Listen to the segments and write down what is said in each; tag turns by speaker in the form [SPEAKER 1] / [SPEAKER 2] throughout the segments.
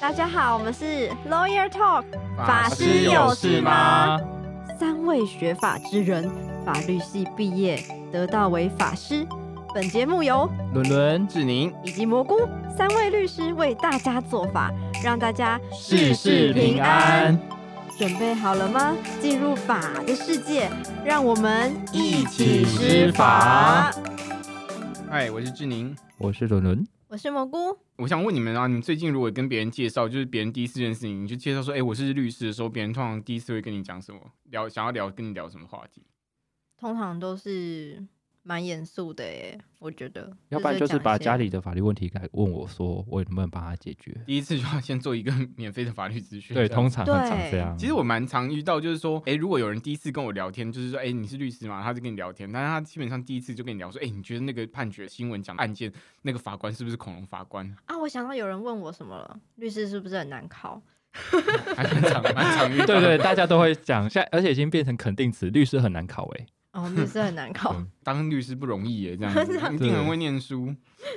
[SPEAKER 1] 大家好，我们是 Lawyer Talk，
[SPEAKER 2] 法师有事吗？
[SPEAKER 1] 三位学法之人，法律系毕业，得到为法师。本节目由
[SPEAKER 2] 伦伦、志宁
[SPEAKER 1] 以及蘑菇三位律师为大家做法，让大家
[SPEAKER 2] 事事平安。
[SPEAKER 1] 准备好了吗？进入法的世界，让我们
[SPEAKER 2] 一起施法。嗨，哎我是志宁，
[SPEAKER 3] 我是伦伦，
[SPEAKER 1] 我是蘑菇。
[SPEAKER 2] 我想问你们啊，你们最近如果跟别人介绍，就是别人第一次认识你，你就介绍说，哎、我是律师的时候，别人通常第一次会跟你讲什么？聊想要聊跟你聊什么话题？
[SPEAKER 1] 通常都是蛮严肃的诶，我觉得。
[SPEAKER 3] 要不然就是
[SPEAKER 1] 讲一
[SPEAKER 3] 把
[SPEAKER 1] 些
[SPEAKER 3] 家里的法律问题来问我说，我能不能帮他解决？
[SPEAKER 2] 第一次就要先做一个免费的法律咨 询。
[SPEAKER 3] 对，
[SPEAKER 2] 这样
[SPEAKER 3] 通常很常这
[SPEAKER 1] 对
[SPEAKER 3] 样。
[SPEAKER 2] 其实我蛮常遇到，就是说，哎、如果有人第一次跟我聊天，就是说，哎、你是律师嘛？他就跟你聊天，但是他基本上第一次就跟你聊说，哎、你觉得那个判决新闻讲案件那个法官是不是恐龙法官？
[SPEAKER 1] 啊，我想到有人问我什么了，律师是不是很难考？
[SPEAKER 2] 还蛮常蛮常遇到。
[SPEAKER 3] 对对，大家都会讲，现在而且已经变成肯定词，律师很难考哎。
[SPEAKER 1] 哦，律师很难考。
[SPEAKER 3] 嗯
[SPEAKER 2] 当律师不容易耶，这样子一定很会念书，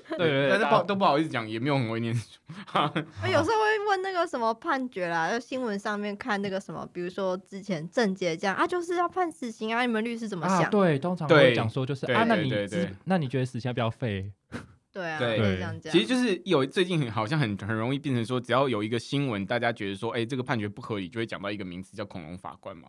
[SPEAKER 3] 对对
[SPEAKER 2] 但
[SPEAKER 3] 对，
[SPEAKER 2] 是
[SPEAKER 3] 大
[SPEAKER 2] 不都不好意思讲，也没有很会念书。
[SPEAKER 1] 我 有时候会问那个什么判决啦，就新闻上面看那个什么，比如说之前郑杰这样啊，就是要判死刑啊，你们律师怎么想？
[SPEAKER 3] 啊，对，通常
[SPEAKER 2] 对
[SPEAKER 3] 会讲说就是
[SPEAKER 2] 对
[SPEAKER 3] 啊，那
[SPEAKER 2] 对
[SPEAKER 3] 你
[SPEAKER 2] 对
[SPEAKER 3] 知
[SPEAKER 2] 对
[SPEAKER 3] 那你觉得死刑要不要废？
[SPEAKER 1] 对啊，
[SPEAKER 2] 对
[SPEAKER 1] 就是这样讲。
[SPEAKER 2] 其实就是有最近很好像很很容易变成说，只要有一个新闻，大家觉得说，哎、这个判决不合理，就会讲到一个名词叫恐龙法官嘛，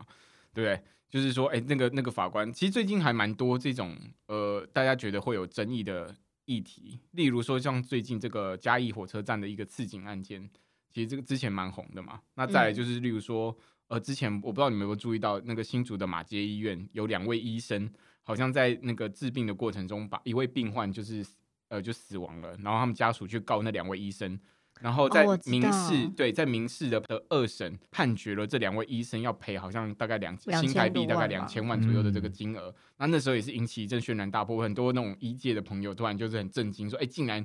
[SPEAKER 2] 对不对？就是说，哎、那个那个法官，其实最近还蛮多这种呃，大家觉得会有争议的议题，例如说像最近这个嘉义火车站的一个刺警案件，其实这个之前蛮红的嘛。那再
[SPEAKER 1] 嗯
[SPEAKER 2] 来就是例如说，呃，之前我不知道你们有没有注意到，那个新竹的马街医院有两位医生，好像在那个治病的过程中，把一位病患就是呃就死亡了，然后他们家属去告那两位医生，然后在
[SPEAKER 1] 哦我知
[SPEAKER 2] 民事、
[SPEAKER 1] 道
[SPEAKER 2] 对在民事的的二审判决了这两位医生要赔好像大概两
[SPEAKER 1] 2000
[SPEAKER 2] 新台币大概
[SPEAKER 1] 多万
[SPEAKER 2] 两
[SPEAKER 1] 吧
[SPEAKER 2] 千万左右的这个金额，那那时候也是引起一阵轩然大波，很多那种医界的朋友突然就是很震惊，说哎、竟然。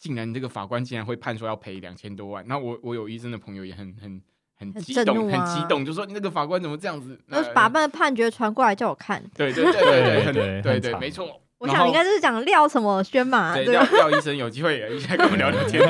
[SPEAKER 2] 竟然这个法官竟然会判说要赔两千多万，那我我有医生的朋友也很很很
[SPEAKER 1] 很
[SPEAKER 2] 激
[SPEAKER 1] 震
[SPEAKER 2] 动，
[SPEAKER 1] 怒
[SPEAKER 2] 很
[SPEAKER 1] 啊
[SPEAKER 2] 激动，就说那个法官怎么这样子？
[SPEAKER 1] 就是
[SPEAKER 2] 呃
[SPEAKER 1] 把那判决传过来叫我看，
[SPEAKER 2] 对对对对
[SPEAKER 3] 对
[SPEAKER 2] 很
[SPEAKER 3] 对
[SPEAKER 2] 对
[SPEAKER 3] 很
[SPEAKER 2] 对，
[SPEAKER 3] 长
[SPEAKER 2] 没错。
[SPEAKER 1] 我
[SPEAKER 2] 然
[SPEAKER 1] 想
[SPEAKER 2] 后
[SPEAKER 1] 应该就是讲廖什么轩嘛，
[SPEAKER 2] 对，
[SPEAKER 1] 对
[SPEAKER 2] 廖
[SPEAKER 1] 吧？
[SPEAKER 2] 廖医生有机会也一起来跟我们聊聊天。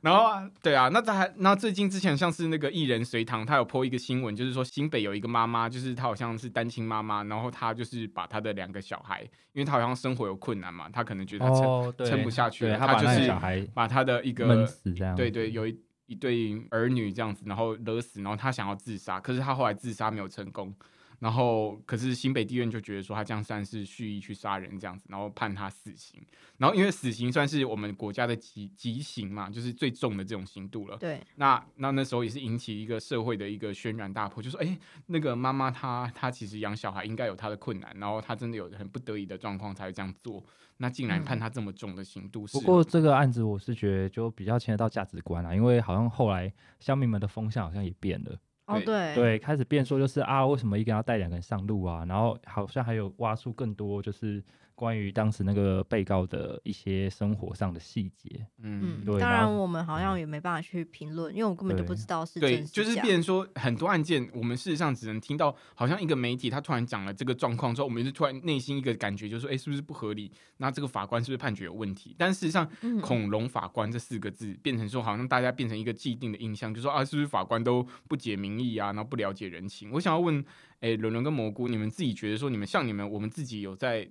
[SPEAKER 2] 然后啊，对啊，那他还，那最近之前像是那个艺人隋唐，他有 po 一个新闻，就是说新北有一个妈妈，就是她好像是单亲妈妈，然后她就是把她的两个小孩，因为她好像生活有困难嘛，她可能觉得她撑、
[SPEAKER 3] 哦，对
[SPEAKER 2] 撑不下去
[SPEAKER 3] 对
[SPEAKER 2] 了，
[SPEAKER 3] 他
[SPEAKER 2] 她
[SPEAKER 3] 把
[SPEAKER 2] 就
[SPEAKER 3] 那个
[SPEAKER 2] 是
[SPEAKER 3] 小孩
[SPEAKER 2] 把她的一
[SPEAKER 3] 闷
[SPEAKER 2] 个
[SPEAKER 3] 死这样。
[SPEAKER 2] 对对，有一一对儿女这样子，然后勒死，然后他想要自杀，可是他后来自杀没有成功，然后可是新北地院就觉得说他这样算是蓄意去杀人这样子，然后判他死刑。然后因为死刑算是我们国家的极极刑嘛，就是最重的这种刑度了。
[SPEAKER 1] 对，
[SPEAKER 2] 那那那时候也是引起一个社会的一个轩然大波，就说哎、诶那个妈妈她她其实养小孩应该有她的困难，然后她真的有很不得已的状况才会这样做，那竟然
[SPEAKER 1] 嗯
[SPEAKER 2] 判她这么重的刑度是，
[SPEAKER 3] 不过这个案子我是觉得就比较牵扯到价值观啊啦，因为好像后来乡民们的风向好像也变了。
[SPEAKER 1] 哦对，
[SPEAKER 2] 对
[SPEAKER 3] 对，开始变说就是啊，为什么一个人要带两个人上路啊？然后好像还有挖出更多就是关于当时那个被告的一些生活上的细 节。
[SPEAKER 2] 嗯
[SPEAKER 1] 嗯，
[SPEAKER 3] 对
[SPEAKER 1] 当
[SPEAKER 3] 然
[SPEAKER 1] 然
[SPEAKER 3] 后嗯
[SPEAKER 1] 我们好像也没办法去评论，因为我根本就
[SPEAKER 3] 对
[SPEAKER 1] 不知道是
[SPEAKER 2] 对，
[SPEAKER 1] 真
[SPEAKER 2] 就是
[SPEAKER 1] 假
[SPEAKER 2] 变成说很多案件，我们事实上只能听到，好像一个媒体他突然讲了这个状况之后，我们就突然内心一个感觉，就是说，哎、是不是不合理？那这个法官是不是判决有问题？但事实上，
[SPEAKER 1] 嗯
[SPEAKER 2] 恐龙法官这四个字变成说，好像大家变成一个既定的印象，就说啊，是不是法官都不解民意啊，然后不了解人情？我想要问，哎、伦伦跟蘑菇，你们自己觉得说，你们像你们，我们自己有在。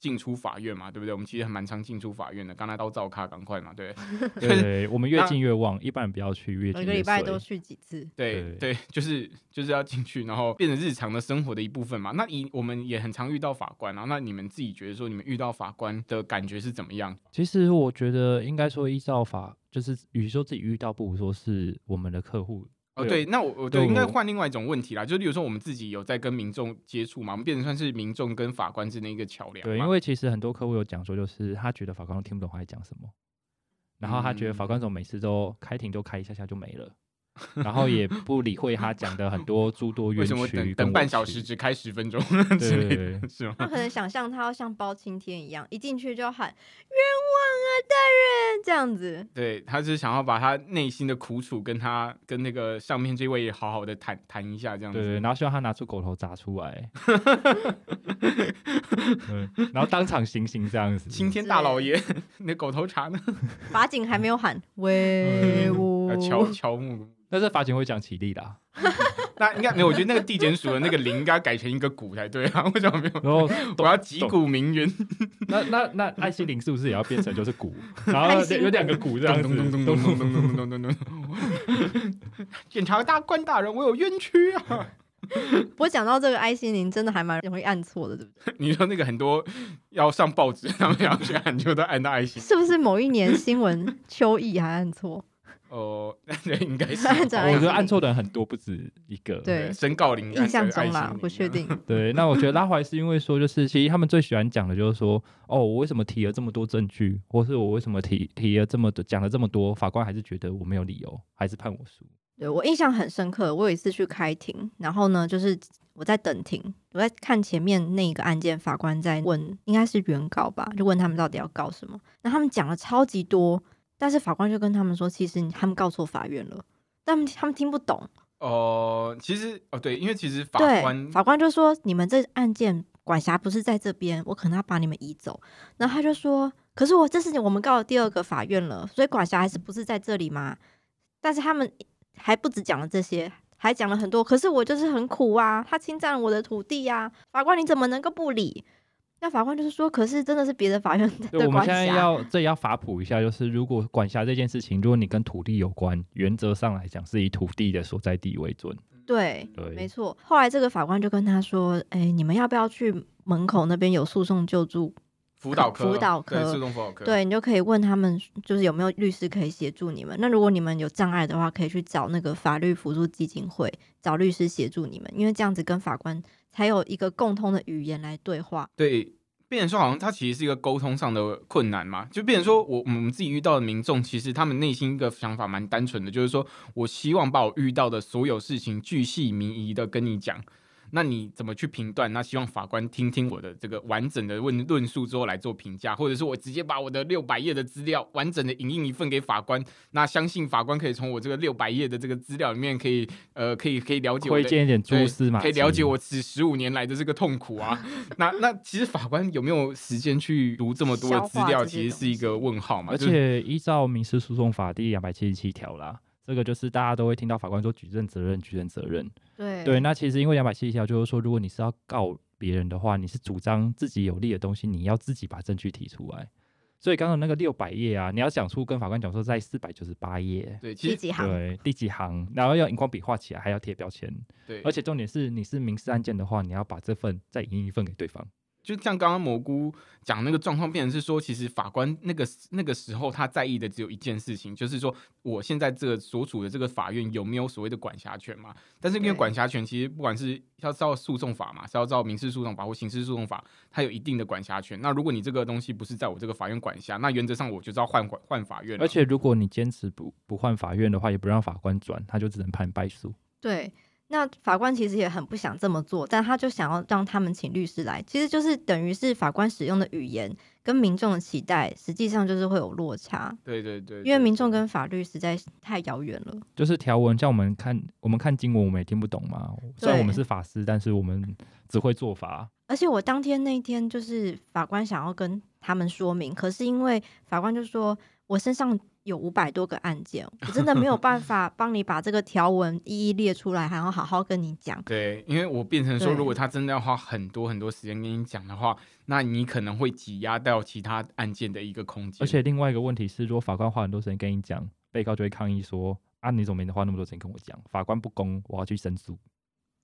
[SPEAKER 2] 进出法院嘛，对不对？我们其实还蛮常进出法院的，刚才刀照卡，赶快嘛，对
[SPEAKER 3] 对
[SPEAKER 2] 就是
[SPEAKER 3] 对，我们越
[SPEAKER 2] 那
[SPEAKER 3] 近越旺，一般人不要去，越近
[SPEAKER 1] 每
[SPEAKER 3] 越
[SPEAKER 1] 个礼拜
[SPEAKER 3] 衰
[SPEAKER 1] 都去几次，
[SPEAKER 2] 对
[SPEAKER 3] 对
[SPEAKER 2] 对， 就是就是要进去，然后变成日常的生活的一部分嘛。那以我们也很常遇到法官啊，那你们自己觉得说你们遇到法官的感觉是怎么样？
[SPEAKER 3] 其实我觉得应该说依照法，就是与其说自己遇到，不如说是我们的客户。
[SPEAKER 2] 哦，
[SPEAKER 3] 对
[SPEAKER 2] 对，那我我
[SPEAKER 3] 对
[SPEAKER 2] 对应该
[SPEAKER 3] 我
[SPEAKER 2] 换另外一种问题啦，就例如说我们自己有在跟民众接触嘛，我们变成算是民众跟法官之间的一个桥梁嘛。
[SPEAKER 3] 对，因为其实很多客户有讲说，就是他觉得法官都听不懂他在讲什么，然后他觉得法官总
[SPEAKER 2] 嗯
[SPEAKER 3] 每次都开庭都开一下下就没了。然后也不理会他讲的很多诸多冤
[SPEAKER 2] 为
[SPEAKER 3] 屈
[SPEAKER 2] 什么等
[SPEAKER 3] 跟
[SPEAKER 2] 等半
[SPEAKER 3] 委
[SPEAKER 2] 小
[SPEAKER 3] 屈
[SPEAKER 2] 时只开十分钟之
[SPEAKER 3] 对
[SPEAKER 2] 类
[SPEAKER 3] 对
[SPEAKER 2] 的，是吗？
[SPEAKER 1] 他可能想象他要像包青天一样，一进去就喊冤枉啊，大人，这样子，
[SPEAKER 2] 对，他是想要把他内心的苦楚跟他跟那个上面这位好好的谈谈一下，这样子。
[SPEAKER 3] 对对，然后希望他拿出狗头砸出来，嗯然后当场行刑这样子。
[SPEAKER 2] 青天大老爷， 你的狗头茶呢？
[SPEAKER 1] 法警还没有喊威武
[SPEAKER 2] 啊，，乔乔木。
[SPEAKER 3] 但是法警会讲起立啦，
[SPEAKER 2] 那应该没有，我觉得那个地检署的那个零应该改成一个鼓才对啊，为什么没有？
[SPEAKER 3] 然后
[SPEAKER 2] 我要击鼓鸣 冤，
[SPEAKER 3] 那那那爱心零是不是也要变成就是鼓，然后
[SPEAKER 1] 爱心
[SPEAKER 3] 有两个鼓这样
[SPEAKER 2] 咚
[SPEAKER 3] 子
[SPEAKER 2] 咚咚咚咚
[SPEAKER 3] 咚
[SPEAKER 2] 咚咚咚咚咚咚 咚。检察大官大人，我有冤屈啊！
[SPEAKER 1] 不过讲到这个艾心灵，真的还蛮容易按错的，对不对？
[SPEAKER 2] 你说那个很多要上报纸，他们要去按，就都按到爱心。
[SPEAKER 1] 是不是某一年新闻秋意还按错？
[SPEAKER 2] 哦， 对，应该是。
[SPEAKER 1] 按着
[SPEAKER 3] 我觉得按错的人很多，不止一个。
[SPEAKER 1] 对
[SPEAKER 2] 申告铃，
[SPEAKER 1] 印象中
[SPEAKER 2] 爱
[SPEAKER 1] 啦
[SPEAKER 2] 心，铃
[SPEAKER 1] 不确。定。
[SPEAKER 3] 对，那我觉得拉回来是因为说，就是其实他们最喜欢讲的就是说，哦，我为什么提了这么多证据，或是我为什么提提了这么多，讲了这么多，法官还是觉得我没有理由，还是判我输。
[SPEAKER 1] 对我印象很深刻，我有一次去开庭，然后呢，就是我在等庭，我在看前面那个案件，法官在问，应该是原告吧，就问他们到底要告什么。那他们讲了超级多，但是法官就跟他们说，其实他们告错法院了，但他们他们听不懂。
[SPEAKER 2] 哦，其实哦，对，因为其实法官
[SPEAKER 1] 对，法官就说你们这案件管辖不是在这边，我可能要把你们移走。然后他就说，可是我这是我们告的第二个法院了，所以管辖还是不是在这里嘛？但是他们还不止讲了这些，还讲了很多。可是我就是很苦啊，他侵占了我的土地呀、法官你怎么能够不理？那法官就是说，可是真的是别的法院
[SPEAKER 3] 对，
[SPEAKER 1] 的
[SPEAKER 3] 我们
[SPEAKER 1] 管
[SPEAKER 3] 现在
[SPEAKER 1] 辖，
[SPEAKER 3] 要这也要法普一下，就是如果管辖这件事情，如果你跟土地有关，原则上来讲是以土地的所在地为准。
[SPEAKER 1] 对，没
[SPEAKER 3] 对，
[SPEAKER 1] 错。后来这个法官就跟他说，哎、你们要不要去门口那边有诉讼救助
[SPEAKER 2] 辅导科，
[SPEAKER 1] 辅导科
[SPEAKER 2] 对，自动辅导科，，
[SPEAKER 1] 对你就可以问他们，就是有没有律师可以协助你们。那如果你们有障碍的话，可以去找那个法律辅助基金会找律师协助你们，因为这样子跟法官才有一个共通的语言来对话。
[SPEAKER 2] 对，变成说好像它其实是一个沟通上的困难嘛，就变成说我我们自己遇到的民众，其实他们内心一个想法蛮单纯的，就是说我希望把我遇到的所有事情巨细靡遗的跟你讲。那你怎么去评断？那希望法官听听我的这个完整的论论述之后来做评价，或者是我直接把我的六百页的资料完整的影印一份给法官，那相信法官可以从我这个六百页的这个资料里面可以呃可以可以了解我
[SPEAKER 3] 推
[SPEAKER 2] 的
[SPEAKER 3] 荐一点蛛
[SPEAKER 2] 对
[SPEAKER 3] 丝马迹，
[SPEAKER 2] 可以了解我此十五年来的这个痛苦 啊。那那其实法官有没有时间去读这么多的资
[SPEAKER 1] 消化
[SPEAKER 2] 料，
[SPEAKER 1] 这些
[SPEAKER 2] 其实是一个问号嘛。
[SPEAKER 3] 而
[SPEAKER 2] 就是
[SPEAKER 3] 且依照《民事诉讼法》第两百七十七条啦，这个就是大家都会听到法官说举证责任，举证责任。
[SPEAKER 1] 对
[SPEAKER 3] 对，那其实因为两百七十条就是说，如果你是要告别人的话，你是主张自己有利的东西，你要自己把证据提出来。所以刚刚那个六百页啊，你要讲出跟法官讲说在四百九十八页，
[SPEAKER 2] 对，其
[SPEAKER 1] 第
[SPEAKER 2] 实
[SPEAKER 1] 几行？
[SPEAKER 3] 对，第几行，然后要荧光笔画起来，还要贴标签。
[SPEAKER 2] 对，
[SPEAKER 3] 而且重点是，你是民事案件的话，你要把这份再影印一份给对方。
[SPEAKER 2] 就像刚刚蘑菇讲那个状况，变成是说，其实法官那个那个时候他在意的只有一件事情，就是说我现在这个所处的这个法院有没有所谓的管辖权嘛？但是因为
[SPEAKER 1] 对
[SPEAKER 2] 管辖权其实不管是要照诉讼法嘛，是要照民事诉讼法或刑事诉讼法，它有一定的管辖权。那如果你这个东西不是在我这个法院管辖，那原则上我就是要换管换法院
[SPEAKER 1] 啊
[SPEAKER 2] 了。
[SPEAKER 3] 而且如果你坚持不不换法院的话，也不让法官转，他就只能判败诉。
[SPEAKER 1] 对，那法官其实也很不想这么做，但他就想要让他们请律师来，其实就是等于是法官使用的语言跟民众的期待，实际上就是会有落差，
[SPEAKER 2] 对对对，
[SPEAKER 1] 因为
[SPEAKER 2] 对
[SPEAKER 1] 民众
[SPEAKER 2] 对
[SPEAKER 1] 跟法律实在是太遥远了。
[SPEAKER 3] 就是条文，像我们看我们看经文，我们也听不懂嘛。虽然我们是法师，但是我们只会做法。
[SPEAKER 1] 而且我当天那一天就是法官想要跟他们说明，可是因为法官就说我身上有五百多个案件，我真的没有 办法帮你把这个条文一一列出来，还要好好跟你讲。
[SPEAKER 2] 对，因为我变成说，
[SPEAKER 1] 对
[SPEAKER 2] 如果他真的要花很多很多时间跟你讲的话，那你可能会挤压到其他案件的一个空间。
[SPEAKER 3] 而且另外一个问题是，如果法官花很多时间跟你讲，被告就会抗议说：“啊，你怎么没花那么多时间跟我讲？法官不公，我要去申诉。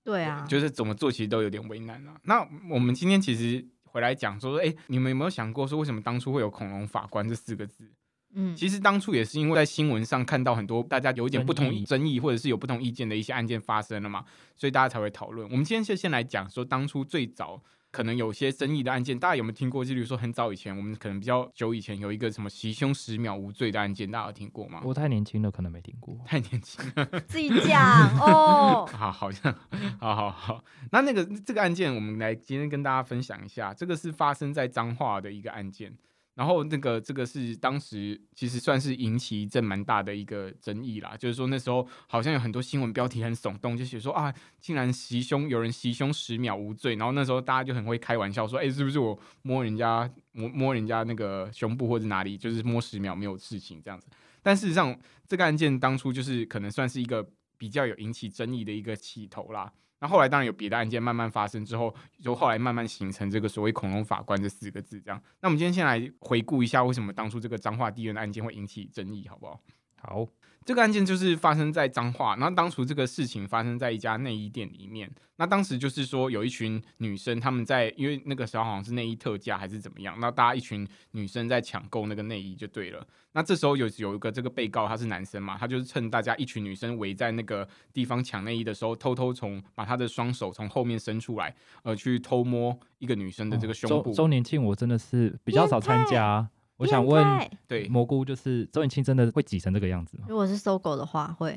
[SPEAKER 1] 对啊，
[SPEAKER 2] 就是怎么做，其实都有点为难了、啊那我们今天其实回来讲说，哎、你们有没有想过说，为什么当初会有“恐龙法官”这四个字？
[SPEAKER 1] 嗯，
[SPEAKER 2] 其实当初也是因为在新闻上看到很多大家有一点不同
[SPEAKER 3] 争
[SPEAKER 2] 意
[SPEAKER 3] 议
[SPEAKER 2] 争议，或者是有不同意见的一些案件发生了嘛，所以大家才会讨论。我们今天就先来讲说，当初最早可能有些争议的案件，大家有没有听过？就比如说很早以前，我们可能比较久以前有一个什么袭胸十秒无罪的案件，大家有听过吗？
[SPEAKER 3] 我太年轻了，可能没听过。
[SPEAKER 2] 太年轻了，
[SPEAKER 1] 自己 讲哦。
[SPEAKER 2] 好，好像，好好好。那那个这个案件，我们来今天跟大家分享一下，这个是发生在彰化的一个案件。然后那个这个是当时其实算是引起一阵蛮大的一个争议啦，就是说那时候好像有很多新闻标题很耸动，就写说啊，竟然袭胸有人袭胸十秒无罪，然后那时候大家就很会开玩笑说，哎、是不是我摸人家摸摸人家那个胸部或者哪里，就是摸十秒没有事情这样子？但事实上，这个案件当初就是可能算是一个比较有引起争议的一个起头啦。那后来当然有别的案件慢慢发生之后，就后来慢慢形成这个所谓“恐龙法官”这四个字。这样，那我们今天先来回顾一下为什么当初这个彰化地院的案件会引起争议，好不好？
[SPEAKER 3] 好，
[SPEAKER 2] 这个案件就是发生在彰化，然后当初这个事情发生在一家内衣店里面。那当时就是说有一群女生，她们在因为那个时候好像是内衣特价还是怎么样，那大家一群女生在抢购那个内衣就对了。那这时候有有一个这个被告他是男生嘛，他就是趁大家一群女生围在那个地方抢内衣的时候，偷偷从把他的双手从后面伸出来，呃，去偷摸一个女生的这个胸
[SPEAKER 3] 周
[SPEAKER 2] 部。
[SPEAKER 3] 周年庆我真的是比较少参加， 我想
[SPEAKER 1] 变
[SPEAKER 3] 问
[SPEAKER 1] 态
[SPEAKER 2] 对，
[SPEAKER 3] 蘑菇，就是周年庆真的会挤成这个样子吗？
[SPEAKER 1] 如果是搜狗的话， 会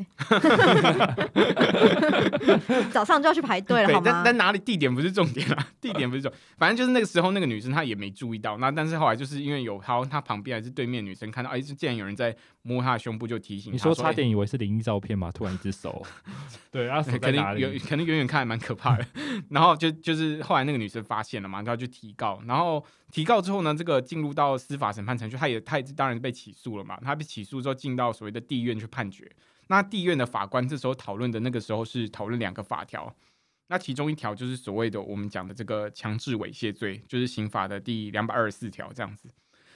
[SPEAKER 1] 早上就要去排队了，好
[SPEAKER 2] 但
[SPEAKER 1] 吗？
[SPEAKER 2] 但哪里地点不是重点啦，地点不是重，反正就是那个时候那个女生她也没注意到，那但是后来就是因为有她她旁边还是对面女生看到，哎，竟然有人在摸她的胸部，就提醒
[SPEAKER 3] 你
[SPEAKER 2] 她
[SPEAKER 3] 说
[SPEAKER 2] 说
[SPEAKER 3] 差。
[SPEAKER 2] 哎
[SPEAKER 3] 点以为是灵异照片嘛？突然一 只手，对，啊，手
[SPEAKER 2] 哎
[SPEAKER 3] 在
[SPEAKER 2] 可
[SPEAKER 3] 哪
[SPEAKER 2] 能
[SPEAKER 3] 里
[SPEAKER 2] 远？可能远远看还蛮可怕的， 然后就就是后来那个女生发现了嘛，然后就提告，然后提告之后呢，这个进入到司法审判程序，她也她也当然被起诉了嘛，她被起诉之后进到所谓的地院去判决，那地院的法官这时候讨论的那个时候是讨论两个法条，那其中一条就是所谓的我们讲的这个强制猥亵罪，就是刑法的第两百二十四条这样子。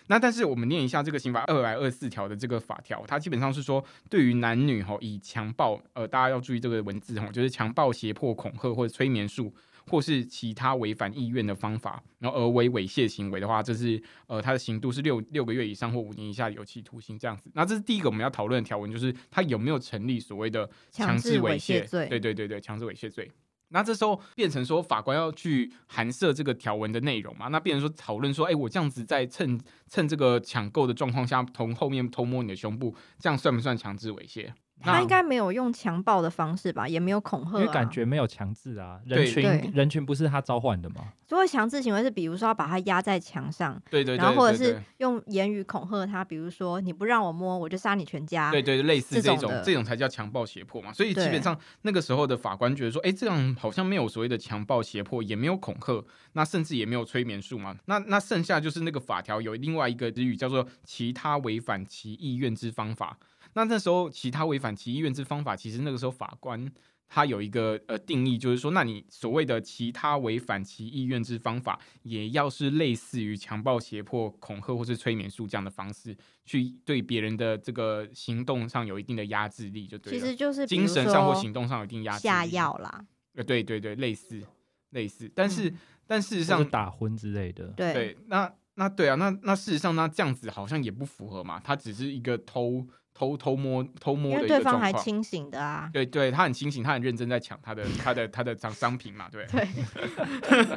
[SPEAKER 2] 那但是我们念一下这个刑法二百二十四条的这个法条，它基本上是说，对于男女吼以强暴，呃，大家要注意这个文字吼，就是强暴、胁迫、恐吓或者催眠术，或是其他违反意愿的方法，然后而为猥亵行为的话，这是呃它的刑度是六六个月以上或五年以下有期徒刑这样子。那这是第一个我们要讨论的条文，就是它有没有成立所谓的
[SPEAKER 1] 强
[SPEAKER 2] 制
[SPEAKER 1] 制猥
[SPEAKER 2] 猥
[SPEAKER 1] 亵罪
[SPEAKER 2] 对对对对，强制猥亵罪。那这时候变成说法官要去函涉这个条文的内容嘛？那变成说讨论说，哎、我这样子在趁趁这个抢购的状况下，从后面偷摸你的胸部，这样算不算强制猥亵？
[SPEAKER 1] 他
[SPEAKER 2] 那
[SPEAKER 1] 应该没有用强暴的方式吧，也没有恐吓、啊，
[SPEAKER 3] 因为感觉没有强制啊，人
[SPEAKER 2] 对
[SPEAKER 1] 对
[SPEAKER 3] 群人群不是他召唤的吗？
[SPEAKER 1] 所谓强制行为是，比如说要把他压在墙上，
[SPEAKER 2] 对对对，
[SPEAKER 1] 然后或者
[SPEAKER 2] 对
[SPEAKER 1] 是用言语恐吓他，比如说你不让我摸，我就杀你全家。
[SPEAKER 2] 对对，类似
[SPEAKER 1] 这
[SPEAKER 2] 这
[SPEAKER 1] 种
[SPEAKER 2] 种
[SPEAKER 1] 的
[SPEAKER 2] 这种才叫强暴胁迫嘛。所以基
[SPEAKER 1] 对
[SPEAKER 2] 本上那个时候的法官觉得说，哎，这样好像没有所谓的强暴胁迫，也没有恐吓，那甚至也没有催眠术嘛。那那剩下就是那个法条有另外一个日语叫做其他违反其意愿之方法。那那时候其他违反其意愿之方法，其实那个时候法官。他有一个呃定义，就是说，那你所谓的其他违反其意愿之方法，也要是类似于强暴、胁迫、恐吓或是催眠术这样的方式，去对别人的这个行动上有一定的压制力，就对
[SPEAKER 1] 其
[SPEAKER 2] 了。
[SPEAKER 1] 实就是比
[SPEAKER 2] 精
[SPEAKER 1] 如
[SPEAKER 2] 神上或
[SPEAKER 1] 说
[SPEAKER 2] 行动上有一定压制力。
[SPEAKER 1] 下药啦，
[SPEAKER 2] 呃，对对对，类似类似，但是、
[SPEAKER 1] 嗯
[SPEAKER 2] 但事实
[SPEAKER 3] 像
[SPEAKER 2] 上，
[SPEAKER 3] 打昏之类的，
[SPEAKER 1] 对，
[SPEAKER 2] 对，那那对啊，那那事实上，那这样子好像也不符合嘛，他只是一个偷偷偷摸偷摸
[SPEAKER 1] 因
[SPEAKER 2] 的
[SPEAKER 1] 为
[SPEAKER 2] 一
[SPEAKER 1] 对
[SPEAKER 2] 个
[SPEAKER 1] 方
[SPEAKER 2] 状
[SPEAKER 1] 还
[SPEAKER 2] 况。
[SPEAKER 1] 清醒的啊。
[SPEAKER 2] 对对，他很清醒，他很认真在抢他的他的他的商商品嘛，对
[SPEAKER 1] 对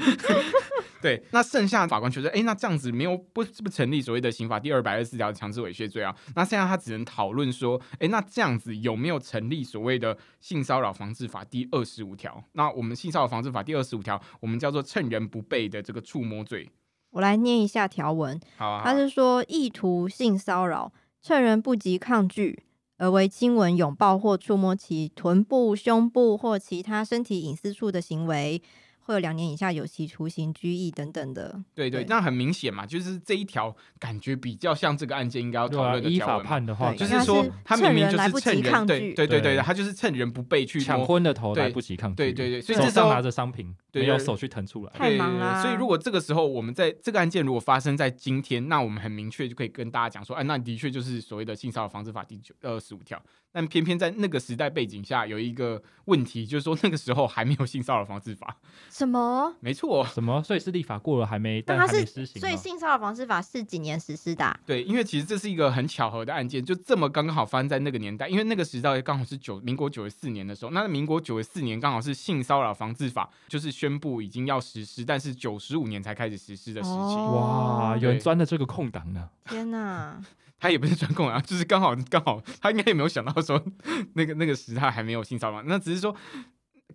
[SPEAKER 2] 对。那剩下法官觉得，哎，那这样子没有不不成立所谓的刑法第二百二十四条强制猥亵罪啊。那现在他只能讨论说，哎，那这样子有没有成立所谓的性骚扰防治法第二十五条？那我们性骚扰防治法第二十五条，我们叫做趁人不备的这个触摸罪。
[SPEAKER 1] 我来念一下条文，
[SPEAKER 2] 好啊，好
[SPEAKER 1] 他
[SPEAKER 2] 啊
[SPEAKER 1] 是说意图性骚扰，趁人不及抗拒而为亲吻、拥抱或触摸其臀部、胸部或其他身体隐私处的行为，会有两年以下有期徒刑、拘役等等的。
[SPEAKER 2] 对对，
[SPEAKER 1] 对
[SPEAKER 2] 那很明显嘛，就是这一条感觉比较像这个案件应该要
[SPEAKER 3] 对
[SPEAKER 2] 讨
[SPEAKER 3] 啊，
[SPEAKER 2] 论的
[SPEAKER 3] 依
[SPEAKER 2] 条
[SPEAKER 3] 法
[SPEAKER 2] 文嘛。
[SPEAKER 3] 判的话，
[SPEAKER 1] 对
[SPEAKER 2] 就
[SPEAKER 1] 因为
[SPEAKER 2] 是
[SPEAKER 1] 他
[SPEAKER 2] 说
[SPEAKER 1] 是，
[SPEAKER 2] 他明
[SPEAKER 1] 趁
[SPEAKER 2] 明
[SPEAKER 1] 人
[SPEAKER 2] 就
[SPEAKER 1] 来不
[SPEAKER 2] 是
[SPEAKER 1] 及
[SPEAKER 2] 趁人
[SPEAKER 1] 抗
[SPEAKER 2] 对
[SPEAKER 1] 拒
[SPEAKER 2] 对对对，
[SPEAKER 3] 对
[SPEAKER 2] 他就是趁人不备去
[SPEAKER 3] 抢
[SPEAKER 2] 摸
[SPEAKER 3] 昏的头
[SPEAKER 2] 对
[SPEAKER 3] 来不及抗拒，
[SPEAKER 2] 对对对所以
[SPEAKER 3] 手
[SPEAKER 2] 这时候
[SPEAKER 3] 上拿着商品，
[SPEAKER 2] 对
[SPEAKER 3] 没有
[SPEAKER 2] 对
[SPEAKER 3] 手去腾出来，
[SPEAKER 1] 太忙啦
[SPEAKER 2] 所以如果这个时候我们在这个案件如果发生在今天，那我们很明确就可以跟大家讲说，哎、那的确就是所谓的性骚扰防治法第九二十五条。但偏偏在那个时代背景下，有一个问题，就是说那个时候还没有性骚扰防治法，
[SPEAKER 1] 什么？
[SPEAKER 2] 没错。
[SPEAKER 3] 什么？所以是立法过了还没，
[SPEAKER 1] 那
[SPEAKER 3] 但
[SPEAKER 1] 他
[SPEAKER 3] 还没
[SPEAKER 1] 是
[SPEAKER 3] 施行吗，
[SPEAKER 1] 所以性骚扰防治法是几年实施的啊、
[SPEAKER 2] 对，因为其实这是一个很巧合的案件，就这么刚刚好发生在那个年代，因为那个时代刚好是九民国九十四年的时候，那民国九十四年刚好是性骚扰防治法就是宣布已经要实施，但是九十五年才开始实施的时期。
[SPEAKER 1] 哦
[SPEAKER 3] 哇，有人
[SPEAKER 2] 对
[SPEAKER 3] 钻了这个空档呢，
[SPEAKER 1] 天哪！
[SPEAKER 2] 他也不是专供啊，就是刚好刚好，他应该也没有想到说那个那个时代还没有性骚扰，那只是说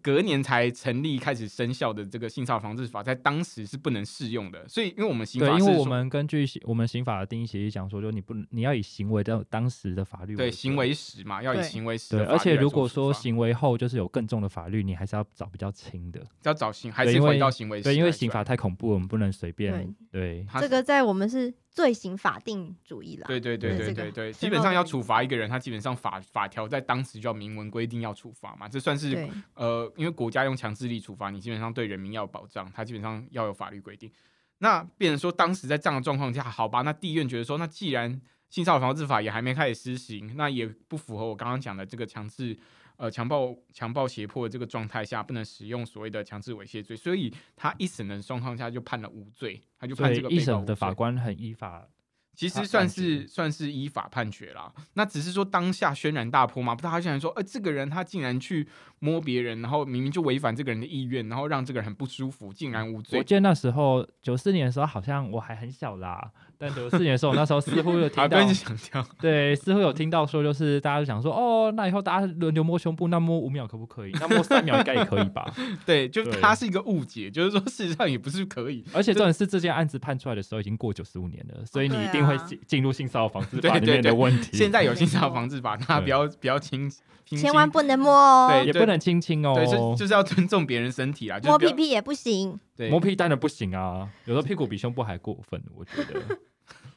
[SPEAKER 2] 隔年才成立开始生效的这个性骚扰防治法，在当时是不能适用的。所以，因为我们刑
[SPEAKER 3] 对
[SPEAKER 2] 法，是
[SPEAKER 3] 因为
[SPEAKER 2] 说
[SPEAKER 3] 我们根据刑我们刑法的定义协议讲说，就你不能你要以行为当当时的法律
[SPEAKER 2] 对
[SPEAKER 3] 为
[SPEAKER 2] 行
[SPEAKER 3] 准
[SPEAKER 2] 为时嘛，要以
[SPEAKER 1] 对
[SPEAKER 2] 行为时的
[SPEAKER 3] 对，
[SPEAKER 2] 法律
[SPEAKER 3] 而且
[SPEAKER 2] 来
[SPEAKER 3] 如
[SPEAKER 2] 做
[SPEAKER 3] 果
[SPEAKER 2] 处
[SPEAKER 3] 说
[SPEAKER 2] 罚
[SPEAKER 3] 行为后就是有更重的法律，你还是要找比较轻的。
[SPEAKER 2] 要找刑，还
[SPEAKER 3] 对
[SPEAKER 2] 是
[SPEAKER 3] 因
[SPEAKER 2] 回
[SPEAKER 3] 为
[SPEAKER 2] 到行为时
[SPEAKER 3] 对，因为
[SPEAKER 2] 来
[SPEAKER 3] 刑
[SPEAKER 2] 算
[SPEAKER 3] 法太恐怖，我们不能随便。对，
[SPEAKER 2] 它
[SPEAKER 1] 这个在我们是罪行法定主义啦。
[SPEAKER 2] 对对对
[SPEAKER 3] 对
[SPEAKER 2] 对
[SPEAKER 1] 这个
[SPEAKER 2] 对对，基
[SPEAKER 1] 先
[SPEAKER 2] 本
[SPEAKER 1] 到
[SPEAKER 2] 上
[SPEAKER 1] 这
[SPEAKER 2] 要
[SPEAKER 1] 里
[SPEAKER 2] 处罚一个人，他基本上法法条在当时就要明文规定要处罚嘛，这算是
[SPEAKER 1] 对
[SPEAKER 2] 呃，因为国家用强制力处罚，你基本上对人民要有保障，他基本上要有法律规定。那变成说，当时在这样的状况下，好吧，那地院觉得说，那既然性骚扰防治法也还没开始施行，那也不符合我刚刚讲的这个强制呃强暴强暴胁迫的这个状态下，不能使用所谓的强制猥亵罪，所以他一审的状况下就判了无罪，他就
[SPEAKER 3] 所
[SPEAKER 2] 判
[SPEAKER 3] 以
[SPEAKER 2] 这个
[SPEAKER 3] 一
[SPEAKER 2] 被告
[SPEAKER 3] 审
[SPEAKER 2] 无
[SPEAKER 3] 的
[SPEAKER 2] 罪
[SPEAKER 3] 法官很依法，
[SPEAKER 2] 其实
[SPEAKER 3] 判
[SPEAKER 2] 算
[SPEAKER 3] 判
[SPEAKER 2] 是
[SPEAKER 3] 决
[SPEAKER 2] 算是依法判决啦。那只是说当下轩然大波嘛，不，他竟然说，呃，这个人他竟然去摸别人，然后明明就违反这个人的意愿，然后让这个人很不舒服，竟然无
[SPEAKER 3] 我
[SPEAKER 2] 罪。
[SPEAKER 3] 记得那时候九四年的时候，好像我还很小啦， 但九四年的时候，我那时候似乎有
[SPEAKER 2] 啊，
[SPEAKER 3] 听到
[SPEAKER 2] 跟，你想讲，
[SPEAKER 3] 对，似乎有听到说，就是大家就想说，哦，那以后大家轮流摸胸部，那摸五秒可不可以？那摸三秒应该也可以吧？
[SPEAKER 2] 对，就
[SPEAKER 3] 对
[SPEAKER 2] 他是一个误解，就是说事实上也不是可以，
[SPEAKER 3] 而且重点是这件案子判出来的时候已经过九十五年了，所以你
[SPEAKER 1] 对
[SPEAKER 3] 一定会
[SPEAKER 1] 啊
[SPEAKER 3] 进进入性骚扰防治
[SPEAKER 2] 对
[SPEAKER 3] 法里
[SPEAKER 2] 对
[SPEAKER 3] 面的
[SPEAKER 2] 对
[SPEAKER 3] 问题。
[SPEAKER 2] 现在有
[SPEAKER 1] 没
[SPEAKER 2] 性骚扰
[SPEAKER 1] 错
[SPEAKER 2] 防治法，大家不
[SPEAKER 3] 哦对
[SPEAKER 2] 要不要轻轻
[SPEAKER 1] 千万
[SPEAKER 2] 轻
[SPEAKER 1] 不能摸哦，
[SPEAKER 2] 对
[SPEAKER 3] 也不能亲亲哦，
[SPEAKER 2] 对，就就是要尊重别人身体啦，就是
[SPEAKER 1] 摸
[SPEAKER 2] 不要
[SPEAKER 1] 屁，屁也不行。
[SPEAKER 2] 对，
[SPEAKER 3] 摸屁当然不行啊，有时候屁股比胸部还过分，我觉得。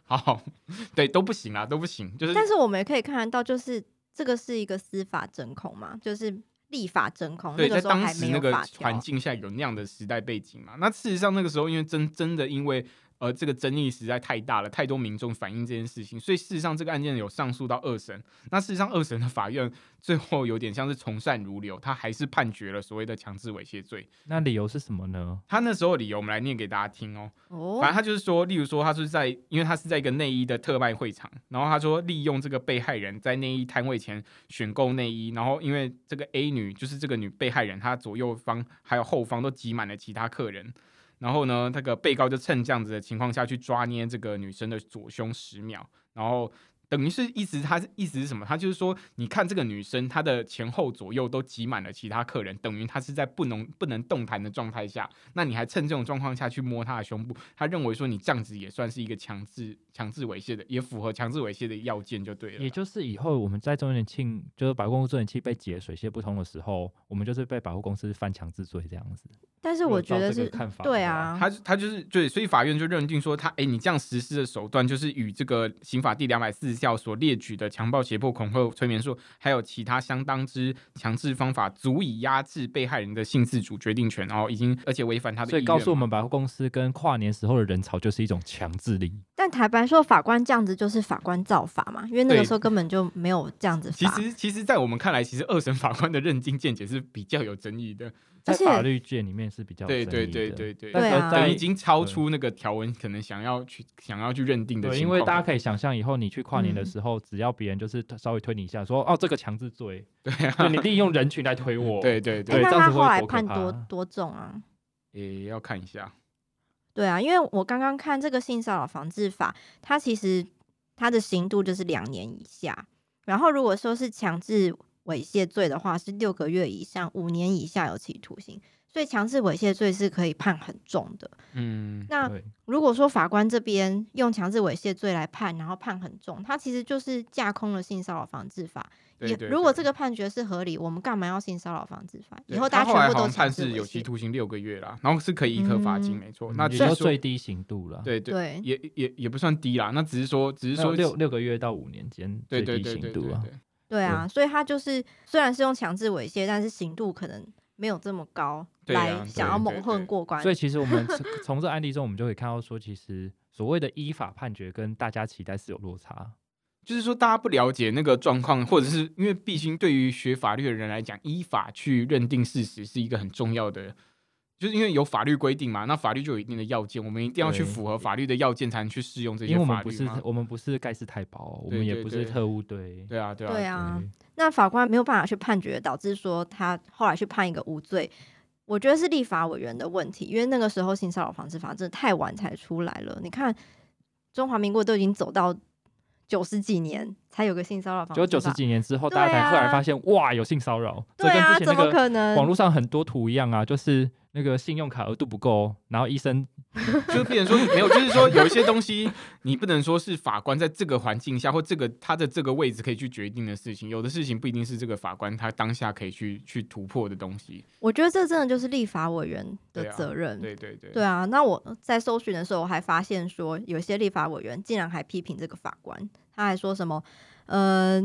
[SPEAKER 2] 好， 对，都不行啦，都不行，就是
[SPEAKER 1] 但是我们也可以看得到，就是这个是一个司法真空嘛，就是立法真空。
[SPEAKER 2] 对，
[SPEAKER 1] 哦那
[SPEAKER 2] 在
[SPEAKER 1] 个时候
[SPEAKER 2] 当
[SPEAKER 1] 还
[SPEAKER 2] 时
[SPEAKER 1] 没
[SPEAKER 2] 那
[SPEAKER 1] 有
[SPEAKER 2] 个
[SPEAKER 1] 法
[SPEAKER 2] 环
[SPEAKER 1] 条。
[SPEAKER 2] 境下有那样的时代背景嘛。那事实上那个时候，因为真真的因为呃这个争议实在太大了，太多民众反映这件事情，所以事实上这个案件有上诉到二审。那事实上二审的法院最后有点像是从善如流，他还是判决了所谓的强制猥亵罪。
[SPEAKER 3] 那理由是什么呢？
[SPEAKER 2] 他那时候的理由我们来念给大家听哦。
[SPEAKER 1] 哦
[SPEAKER 2] 反正他就是说，例如说，他是在，因为他是在一个内衣的特卖会场，然后他说利用这个被害人在内衣摊位前选购内衣，然后因为这个 A 女就是这个女被害人，她左右方还有后方都挤满了其他客人，然后呢，那个被告就趁这样子的情况下去抓捏这个女生的左胸十秒，然后。等于是意思，他意思是什么？他就是说，你看这个女生，她的前后左右都挤满了其他客人，等于她是在不能不能动弹的状态下，那你还趁这种状况下去摸她的胸部，他认为说你这样子也算是一个强制强制猥亵的，也符合强制猥亵的要件就对了啦。
[SPEAKER 3] 也就是以后我们在周年庆，就是百货公司周年庆被解水泄不通的时候，我们就是被百货公司犯强制罪这样子。
[SPEAKER 1] 但是
[SPEAKER 3] 有
[SPEAKER 1] 我
[SPEAKER 3] 照
[SPEAKER 1] 觉得
[SPEAKER 3] 这个
[SPEAKER 1] 是
[SPEAKER 3] 看法
[SPEAKER 1] 对
[SPEAKER 3] 吗
[SPEAKER 1] 啊，
[SPEAKER 2] 他他就是对，所以法院就认定说他，哎、你这样实施的手段就是与这个刑法第两百四十条所列举的强暴、胁迫、恐吓、催眠术，还有其他相当之强制方法，足以压制被害人的性自主决定权，然后已经而且违反他的意
[SPEAKER 3] 所
[SPEAKER 2] 愿
[SPEAKER 3] 以
[SPEAKER 2] 嘛。
[SPEAKER 3] 告诉我们，百货公司跟跨年时候的人潮就是一种强制力。
[SPEAKER 1] 但坦白说，法官这样子就是法官造法嘛，因为那
[SPEAKER 2] 对
[SPEAKER 1] 个时候根本就没有这样子
[SPEAKER 2] 其
[SPEAKER 1] 法。
[SPEAKER 2] 实，其实，在我们看来，其实二审法官的认定见解是比较有争议的。
[SPEAKER 3] 在
[SPEAKER 1] 而且
[SPEAKER 3] 法律界里面是比较有
[SPEAKER 2] 对
[SPEAKER 3] 争
[SPEAKER 2] 对
[SPEAKER 3] 议
[SPEAKER 2] 对
[SPEAKER 3] 的
[SPEAKER 2] 对对
[SPEAKER 3] 但
[SPEAKER 1] 对
[SPEAKER 3] 是
[SPEAKER 1] 啊
[SPEAKER 3] 在
[SPEAKER 2] 等于已经超出那个条文可能想要去想要去认定的
[SPEAKER 3] 对，
[SPEAKER 2] 情
[SPEAKER 3] 因
[SPEAKER 2] 况了，
[SPEAKER 3] 为大家可以想象，以后你去跨年的
[SPEAKER 1] 嗯
[SPEAKER 3] 时候，只要别人就是稍微推你一下，说哦这个强制罪，
[SPEAKER 2] 对
[SPEAKER 3] 就
[SPEAKER 2] 啊，
[SPEAKER 3] 你利用人群来推 我，
[SPEAKER 2] 对对
[SPEAKER 1] 哎
[SPEAKER 2] 对，
[SPEAKER 3] 对
[SPEAKER 1] 那
[SPEAKER 3] 这样
[SPEAKER 1] 他
[SPEAKER 3] 子
[SPEAKER 1] 后
[SPEAKER 3] 会
[SPEAKER 1] 来
[SPEAKER 3] 多可
[SPEAKER 1] 判
[SPEAKER 3] 怕
[SPEAKER 1] 多多重啊？
[SPEAKER 2] 也要看一下，
[SPEAKER 1] 对啊，因为我刚刚看这个性骚扰防治法，它其实它的刑度就是两年以下，然后如果说是强制猥亵罪的话，是六个月以上五年以下有期徒刑，所以强制猥亵罪是可以判很重的。
[SPEAKER 2] 嗯，
[SPEAKER 1] 那
[SPEAKER 3] 对
[SPEAKER 1] 如果说法官这边用强制猥亵罪来判，然后判很重，他其实就是架空了性骚扰防治法。
[SPEAKER 2] 对
[SPEAKER 1] 也
[SPEAKER 2] 对
[SPEAKER 1] 如果
[SPEAKER 2] 对
[SPEAKER 1] 这个判决是合理，我们干嘛要性骚扰防治法？以
[SPEAKER 2] 对
[SPEAKER 1] 后
[SPEAKER 2] 他
[SPEAKER 1] 大家
[SPEAKER 2] 后来
[SPEAKER 1] 全部
[SPEAKER 2] 好
[SPEAKER 1] 都
[SPEAKER 2] 像判
[SPEAKER 1] 强制
[SPEAKER 2] 是
[SPEAKER 1] 猥
[SPEAKER 2] 有期
[SPEAKER 1] 亵。
[SPEAKER 2] 徒刑六个月啦，然后是可以一颗罚
[SPEAKER 1] 嗯
[SPEAKER 2] 金，没错。
[SPEAKER 3] 嗯
[SPEAKER 2] 那
[SPEAKER 3] 也
[SPEAKER 2] 只
[SPEAKER 3] 就是最
[SPEAKER 2] 说，
[SPEAKER 3] 低刑度了，
[SPEAKER 2] 对对，
[SPEAKER 1] 对，
[SPEAKER 2] 也也也不算低啦，那只是说只是
[SPEAKER 3] 那
[SPEAKER 2] 说
[SPEAKER 3] 六六个月到五年间
[SPEAKER 2] 对对
[SPEAKER 3] 最低
[SPEAKER 2] 对对
[SPEAKER 3] 刑
[SPEAKER 2] 对
[SPEAKER 3] 度啊。
[SPEAKER 2] 对
[SPEAKER 1] 对啊，所以他就是虽然是用强制猥亵，但是刑度可能没有这么高，
[SPEAKER 2] 对啊
[SPEAKER 1] 来
[SPEAKER 2] 对
[SPEAKER 1] 想要
[SPEAKER 2] 对
[SPEAKER 1] 蒙混
[SPEAKER 2] 对
[SPEAKER 1] 过关。
[SPEAKER 3] 所以其实我们从 从这案例中，我们就可以看到说，其实所谓的依法判决跟大家期待是有落差。
[SPEAKER 2] 就是说，大家不了解那个状况，或者是因为毕竟对于学法律的人来讲，依法去认定事实是一个很重要的，就是因为有法律规定嘛，那法律就有一定的要件，我们一定要去
[SPEAKER 3] 对
[SPEAKER 2] 符合法律的要件才能去适用这
[SPEAKER 3] 因
[SPEAKER 2] 些
[SPEAKER 3] 为我们
[SPEAKER 2] 法
[SPEAKER 3] 不
[SPEAKER 2] 律
[SPEAKER 3] 是
[SPEAKER 2] 嘛。
[SPEAKER 3] 我们不是盖世太保，哦我
[SPEAKER 2] 对
[SPEAKER 3] 们
[SPEAKER 2] 对
[SPEAKER 3] 也不是
[SPEAKER 2] 对
[SPEAKER 3] 特务队。
[SPEAKER 2] 对啊，对啊，
[SPEAKER 1] 对
[SPEAKER 3] 对
[SPEAKER 1] 啊，那法官没有办法去判决，导致说他后来去判一个无罪。我觉得是立法委员的问题，因为那个时候性骚扰防治法真的太晚才出来了。你看，中华民国都已经走到九十几年才有个性骚扰防治
[SPEAKER 3] 就
[SPEAKER 1] 法，
[SPEAKER 3] 九十几年之后，
[SPEAKER 1] 对
[SPEAKER 3] 大家才
[SPEAKER 1] 啊
[SPEAKER 3] 赫然发现，哇，有性骚扰。这
[SPEAKER 1] 对
[SPEAKER 3] 跟
[SPEAKER 1] 啊，
[SPEAKER 3] 之前
[SPEAKER 1] 怎
[SPEAKER 3] 那
[SPEAKER 1] 么
[SPEAKER 3] 个
[SPEAKER 1] 可能？
[SPEAKER 3] 网络上很多图一样啊，就是那个信用卡额度不够，然后医生
[SPEAKER 2] 就是变成说没有，就是说有一些东西你不能说是法官在这个环境下或这个他的这个位置可以去决定的事情，有的事情不一定是这个法官他当下可以去去突破的东西。
[SPEAKER 1] 我觉得这真的就是立法委员
[SPEAKER 2] 对
[SPEAKER 1] 的
[SPEAKER 2] 啊
[SPEAKER 1] 责任。
[SPEAKER 2] 对对对，
[SPEAKER 1] 对啊，那我在搜寻的时候，我还发现说，有些立法委员竟然还批评这个法官，他还说什么，呃，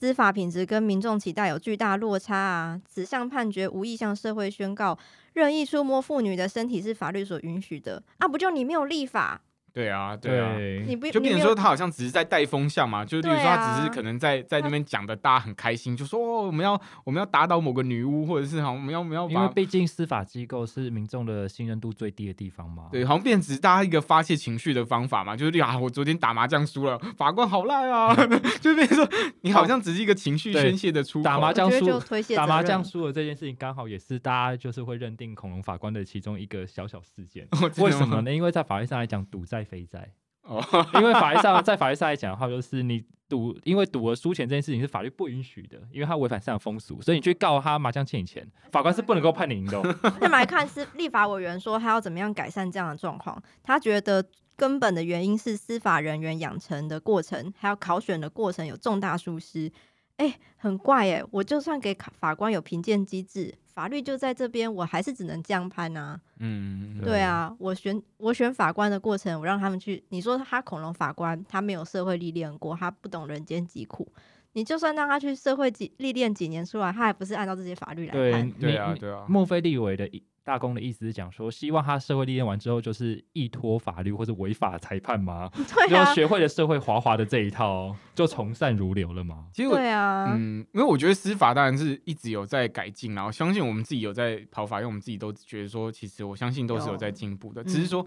[SPEAKER 1] 司法品质跟民众期待有巨大落差啊，此项判决无意向社会宣告，任意触摸妇女的身体是法律所允许的啊，不就你没有立法，
[SPEAKER 2] 对啊，对啊。
[SPEAKER 1] 你不
[SPEAKER 2] 就变
[SPEAKER 1] 你没
[SPEAKER 2] 成
[SPEAKER 1] 有
[SPEAKER 2] 说他好像只是在带风向嘛，就是比如说
[SPEAKER 1] 对啊
[SPEAKER 2] 他只是可能在在那边讲的大家很开心，就说哦我们要我们要打倒某个女巫，或者是好哦像我们要我们要
[SPEAKER 3] 因为
[SPEAKER 2] 把
[SPEAKER 3] 毕竟司法机构是民众的信任度最低的地方嘛。
[SPEAKER 2] 对，好像变成只是大家一个发泄情绪的方法嘛，就是啊我昨天打麻将输了，法官好赖啊， 就变成说你好像只是一个情绪
[SPEAKER 3] 对
[SPEAKER 2] 宣泄的出口。
[SPEAKER 3] 嗯打麻
[SPEAKER 1] 我
[SPEAKER 3] 将
[SPEAKER 1] 觉得
[SPEAKER 3] 输
[SPEAKER 1] 就推卸
[SPEAKER 3] 打
[SPEAKER 1] 责
[SPEAKER 3] 麻
[SPEAKER 1] 任
[SPEAKER 3] 将输了这件事情，刚好也是大家就是会认定恐龙法官的其中一个小小事件。
[SPEAKER 2] 哦真的
[SPEAKER 3] 为什么
[SPEAKER 2] 吗
[SPEAKER 3] 呢？因为在法律上来讲，赌债非债。
[SPEAKER 2] 哦，
[SPEAKER 3] 因为法律上在法律上来讲的话，就是你赌，因为赌额输钱这件事情是法律不允许的，因为它违反市场风俗，所以你去告他麻将欠你钱，法官是不能够判你赢的 哦。
[SPEAKER 1] 那么来看是立法委员说他要怎么样改善这样的状况，他觉得根本的原因是司法人员养成的过程，还有考选的过程有重大疏失。哎、很怪哎、我就算给法官有评鉴机制，法律就在这边，我还是只能这样判啊。
[SPEAKER 2] 嗯，
[SPEAKER 3] 对
[SPEAKER 1] 对啊，我选我选法官的过程，我让他们去。你说他恐龙法官，他没有社会历练过，他不懂人间疾苦。你就算让他去社会几历练几年出来，他还不是按照这些法律来
[SPEAKER 3] 对
[SPEAKER 1] 判？
[SPEAKER 3] 你
[SPEAKER 2] 对啊，
[SPEAKER 3] 你
[SPEAKER 2] 对啊，
[SPEAKER 3] 墨菲利伟的意大公的意思是讲说，希望他社会历练完之后，就是依托法律或者违法裁判吗？
[SPEAKER 1] 对
[SPEAKER 3] 就
[SPEAKER 1] 啊，
[SPEAKER 3] 学会了社会滑滑的这一套，哦就从善如流了吗？
[SPEAKER 2] 其实我
[SPEAKER 1] 对啊，
[SPEAKER 2] 嗯，因为我觉得司法当然是一直有在改进，然后相信我们自己有在跑法，因为我们自己都觉得说，其实我相信都是有
[SPEAKER 1] 有
[SPEAKER 2] 在进步的，
[SPEAKER 1] 嗯
[SPEAKER 2] 只是说。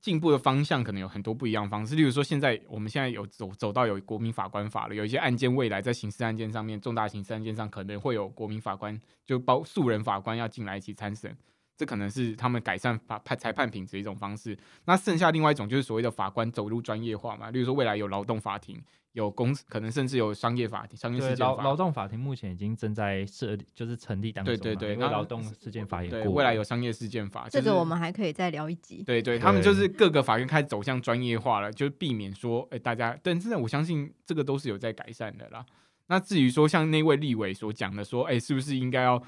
[SPEAKER 2] 进步的方向可能有很多不一样的方式，例如说，现在我们现在有走走到有国民法官法了，有一些案件未来在刑事案件上面，重大刑事案件上可能会有国民法官，就包素人法官要进来一起参审，这可能是他们改善法判裁判品质的一种方式。那剩下另外一种就是所谓的法官走入专业化嘛，例如说未来有劳动法庭，有公司可能甚至有商业法庭、商业事
[SPEAKER 3] 对，
[SPEAKER 2] 件
[SPEAKER 3] 劳
[SPEAKER 2] 法
[SPEAKER 3] 劳动法庭目前已经正在设立，就是成立当中
[SPEAKER 2] 对
[SPEAKER 3] 嘛，
[SPEAKER 2] 对对
[SPEAKER 3] 因为
[SPEAKER 2] 那
[SPEAKER 3] 劳动事件法也
[SPEAKER 2] 对，
[SPEAKER 3] 过了，
[SPEAKER 2] 未来有商业事件法，
[SPEAKER 1] 这
[SPEAKER 2] 就
[SPEAKER 1] 个
[SPEAKER 2] 是
[SPEAKER 1] 我们还可以再聊一集。
[SPEAKER 2] 对对，他们
[SPEAKER 3] 对
[SPEAKER 2] 就是各个法院开始走向专业化了，就是避免说，哎，大家，但是我相信这个都是有在改善的啦。那至于说像那位立委所讲的，说，哎，是不是应该要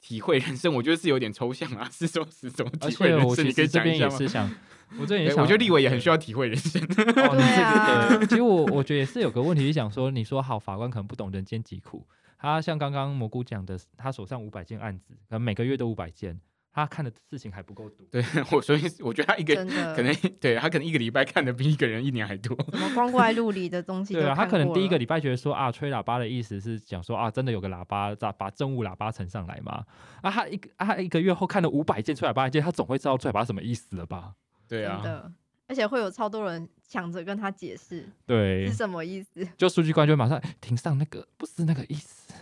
[SPEAKER 2] 体会人生？我觉得是有点抽象啊， 是说是怎么
[SPEAKER 3] 而
[SPEAKER 2] 体会
[SPEAKER 3] 且
[SPEAKER 2] 人
[SPEAKER 3] 我
[SPEAKER 2] 生？
[SPEAKER 3] 其
[SPEAKER 2] 你可以
[SPEAKER 3] 实这
[SPEAKER 2] 讲
[SPEAKER 3] 边
[SPEAKER 2] 一下
[SPEAKER 3] 也
[SPEAKER 2] 吗？
[SPEAKER 3] 是想，我这边也
[SPEAKER 2] 对
[SPEAKER 3] 想，
[SPEAKER 2] 我觉得立委也很需
[SPEAKER 3] 要。
[SPEAKER 2] 要体会人生。
[SPEAKER 3] 哦，你
[SPEAKER 1] 对啊
[SPEAKER 3] 这个对，其实我我觉得也是有个问题，是想说，你说好，法官可能不懂人间疾苦，他像刚刚蘑菇讲的，他手上五百件案子，可能每个月都五百件，他看的事情还不够多。
[SPEAKER 2] 对 我，所以我觉得他一个
[SPEAKER 1] 真的，
[SPEAKER 2] 可 能对他可能一个礼拜看的比一个人一年还多。
[SPEAKER 1] 什么光怪陆离的 东西都
[SPEAKER 3] 对啊，他
[SPEAKER 1] 看
[SPEAKER 3] 可能
[SPEAKER 1] 过
[SPEAKER 3] 第一个
[SPEAKER 1] 了
[SPEAKER 3] 礼拜觉得说啊，吹喇叭的意思是讲说啊，真的有个喇叭，把把政务喇叭呈上来嘛。啊，他一个啊，他一个月后看了五百件吹喇叭案件，他总会知道吹喇叭什么意思了吧？
[SPEAKER 2] 对
[SPEAKER 1] 真
[SPEAKER 2] 啊，
[SPEAKER 1] 的，而且会有超多人抢着跟他解释
[SPEAKER 3] 对
[SPEAKER 1] 是，什么意思，
[SPEAKER 3] 就书记官就会马上哎庭上那个不是那个意思。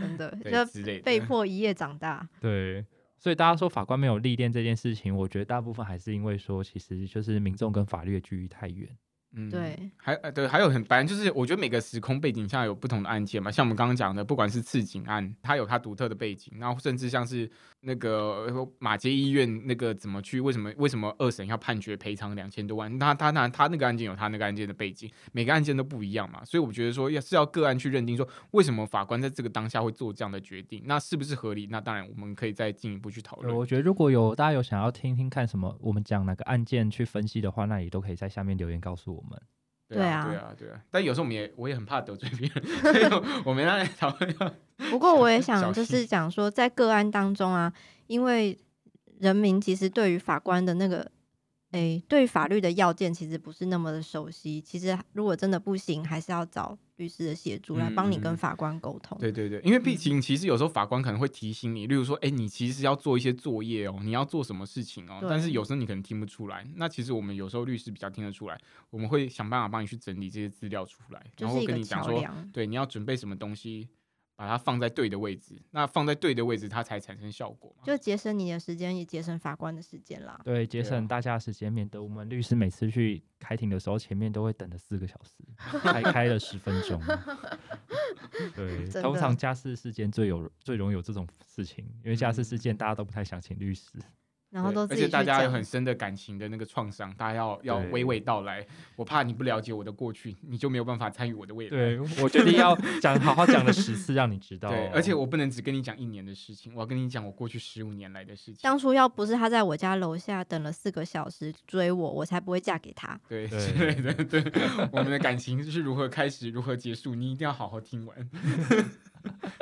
[SPEAKER 1] 真的
[SPEAKER 2] 对
[SPEAKER 1] 就
[SPEAKER 2] 之类的，
[SPEAKER 1] 被迫一夜长大。
[SPEAKER 3] 对，所以大家说法官没有历练这件事情，我觉得大部分还是因为说，其实就是民众跟法律的距离太远。
[SPEAKER 2] 嗯
[SPEAKER 1] 对，
[SPEAKER 2] 还呃对，还有很反正就是，我觉得每个时空背景下有不同的案件嘛，像我们刚刚讲的，不管是刺警案，它有它独特的背景，然后甚至像是那个呃马街医院那个怎么去，为什么为什么二审要判决赔偿两千多万？那他那他那个案件有他那个案件的背景，每个案件都不一样嘛，所以我觉得说要是要个案去认定说为什么法官在这个当下会做这样的决定，那是不是合理？那当然我们可以再进一步去讨论。
[SPEAKER 3] 呃我觉得如果有大家有想要听听看什么，我们讲哪个案件去分析的话，那也都可以在下面留言告诉我们。
[SPEAKER 2] 对啊，
[SPEAKER 1] 对
[SPEAKER 2] 对啊，对啊。但有时候我们也我也很怕得罪别人， 所以我我们来讨论。
[SPEAKER 1] 不过我也
[SPEAKER 2] 小
[SPEAKER 1] 想就
[SPEAKER 2] 心
[SPEAKER 1] 是讲说，在个案当中啊，因为人民其实对于法官的那个。诶，对于法律的要件其实不是那么的熟悉。其实如果真的不行，还是要找律师的协助来帮你
[SPEAKER 2] 嗯嗯嗯
[SPEAKER 1] 跟法官沟通。
[SPEAKER 2] 对对对，因为毕竟其实有时候法官可能会提醒你，例如说，哎，你其实要做一些作业哦，你要做什么事情哦，
[SPEAKER 1] 对
[SPEAKER 2] 但是有时候你可能听不出来。那其实我们有时候律师比较听得出来，我们会想办法帮你去整理这些资料出来，
[SPEAKER 1] 就
[SPEAKER 2] 然
[SPEAKER 1] 是
[SPEAKER 2] 后
[SPEAKER 1] 一
[SPEAKER 2] 跟
[SPEAKER 1] 个
[SPEAKER 2] 你讲
[SPEAKER 1] 桥
[SPEAKER 2] 说，
[SPEAKER 1] 梁。
[SPEAKER 2] 对，你要准备什么东西。把它放在对的位置，那放在对的位置，它才产生效果嘛。
[SPEAKER 1] 就节省你的时间，也节省法官的时间啦。
[SPEAKER 3] 对，节
[SPEAKER 2] 对啊
[SPEAKER 3] 省大家的时间，免得我们律师每次去开庭的时候，前面都会等了四个小时，才开了十分 钟。对，
[SPEAKER 1] 真
[SPEAKER 3] 通
[SPEAKER 1] 的
[SPEAKER 3] 常家事事件最有最容易有这种事情，因为家事事件大家都不太想请律师。
[SPEAKER 1] 然后
[SPEAKER 2] 对
[SPEAKER 1] 都
[SPEAKER 2] 而
[SPEAKER 1] 自己
[SPEAKER 2] 且
[SPEAKER 1] 去
[SPEAKER 2] 大家有
[SPEAKER 1] 讲
[SPEAKER 2] 很，深的感情的那个创伤，大家要要娓
[SPEAKER 3] 对
[SPEAKER 2] 娓道来。我怕你不了解我的过去，你就没有办法参与我的未来。
[SPEAKER 3] 对， 我决定要讲好好讲了十次，让你知道哦。
[SPEAKER 2] 对，而且我不能只跟你讲一年的事情，我要跟你讲我过去十五年来的事情
[SPEAKER 1] 当。初要不是他在我家楼下等了四个小时追我，我才不会嫁给他。
[SPEAKER 2] 对
[SPEAKER 3] 对
[SPEAKER 2] 之类的，对我们的感情是如何开始，如何结束，你一定要好好听完。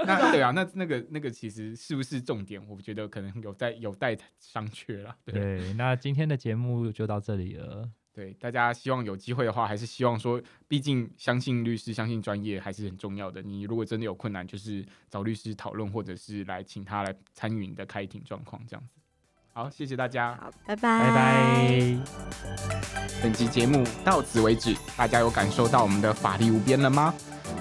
[SPEAKER 2] 那对啊，那那个那个其实是不是重点？我觉得可能有待有待商榷啦。对
[SPEAKER 3] 对，那今天的节目就到这里了。
[SPEAKER 2] 对，大家希望有机会的话，还是希望说，毕竟相信律师、相信专业还是很重要的。你如果真的有困难，就是找律师讨论，或者是来请他来参与你的开庭状况，这样子。好，谢谢大家。
[SPEAKER 1] 好，拜
[SPEAKER 3] 拜
[SPEAKER 1] 拜
[SPEAKER 3] 拜。
[SPEAKER 2] 本集节目到此为止，大家有感受到我们的法力无边了吗？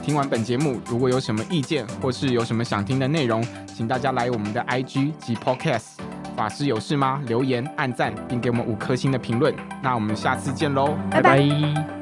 [SPEAKER 2] 听完本节目，如果有什么意见或是有什么想听的内容，请大家来我们的 IG 及 Podcast《法师有事吗》留言、按赞，并给我们五颗星的评论。那我们下次见喽，
[SPEAKER 1] 拜拜
[SPEAKER 2] 拜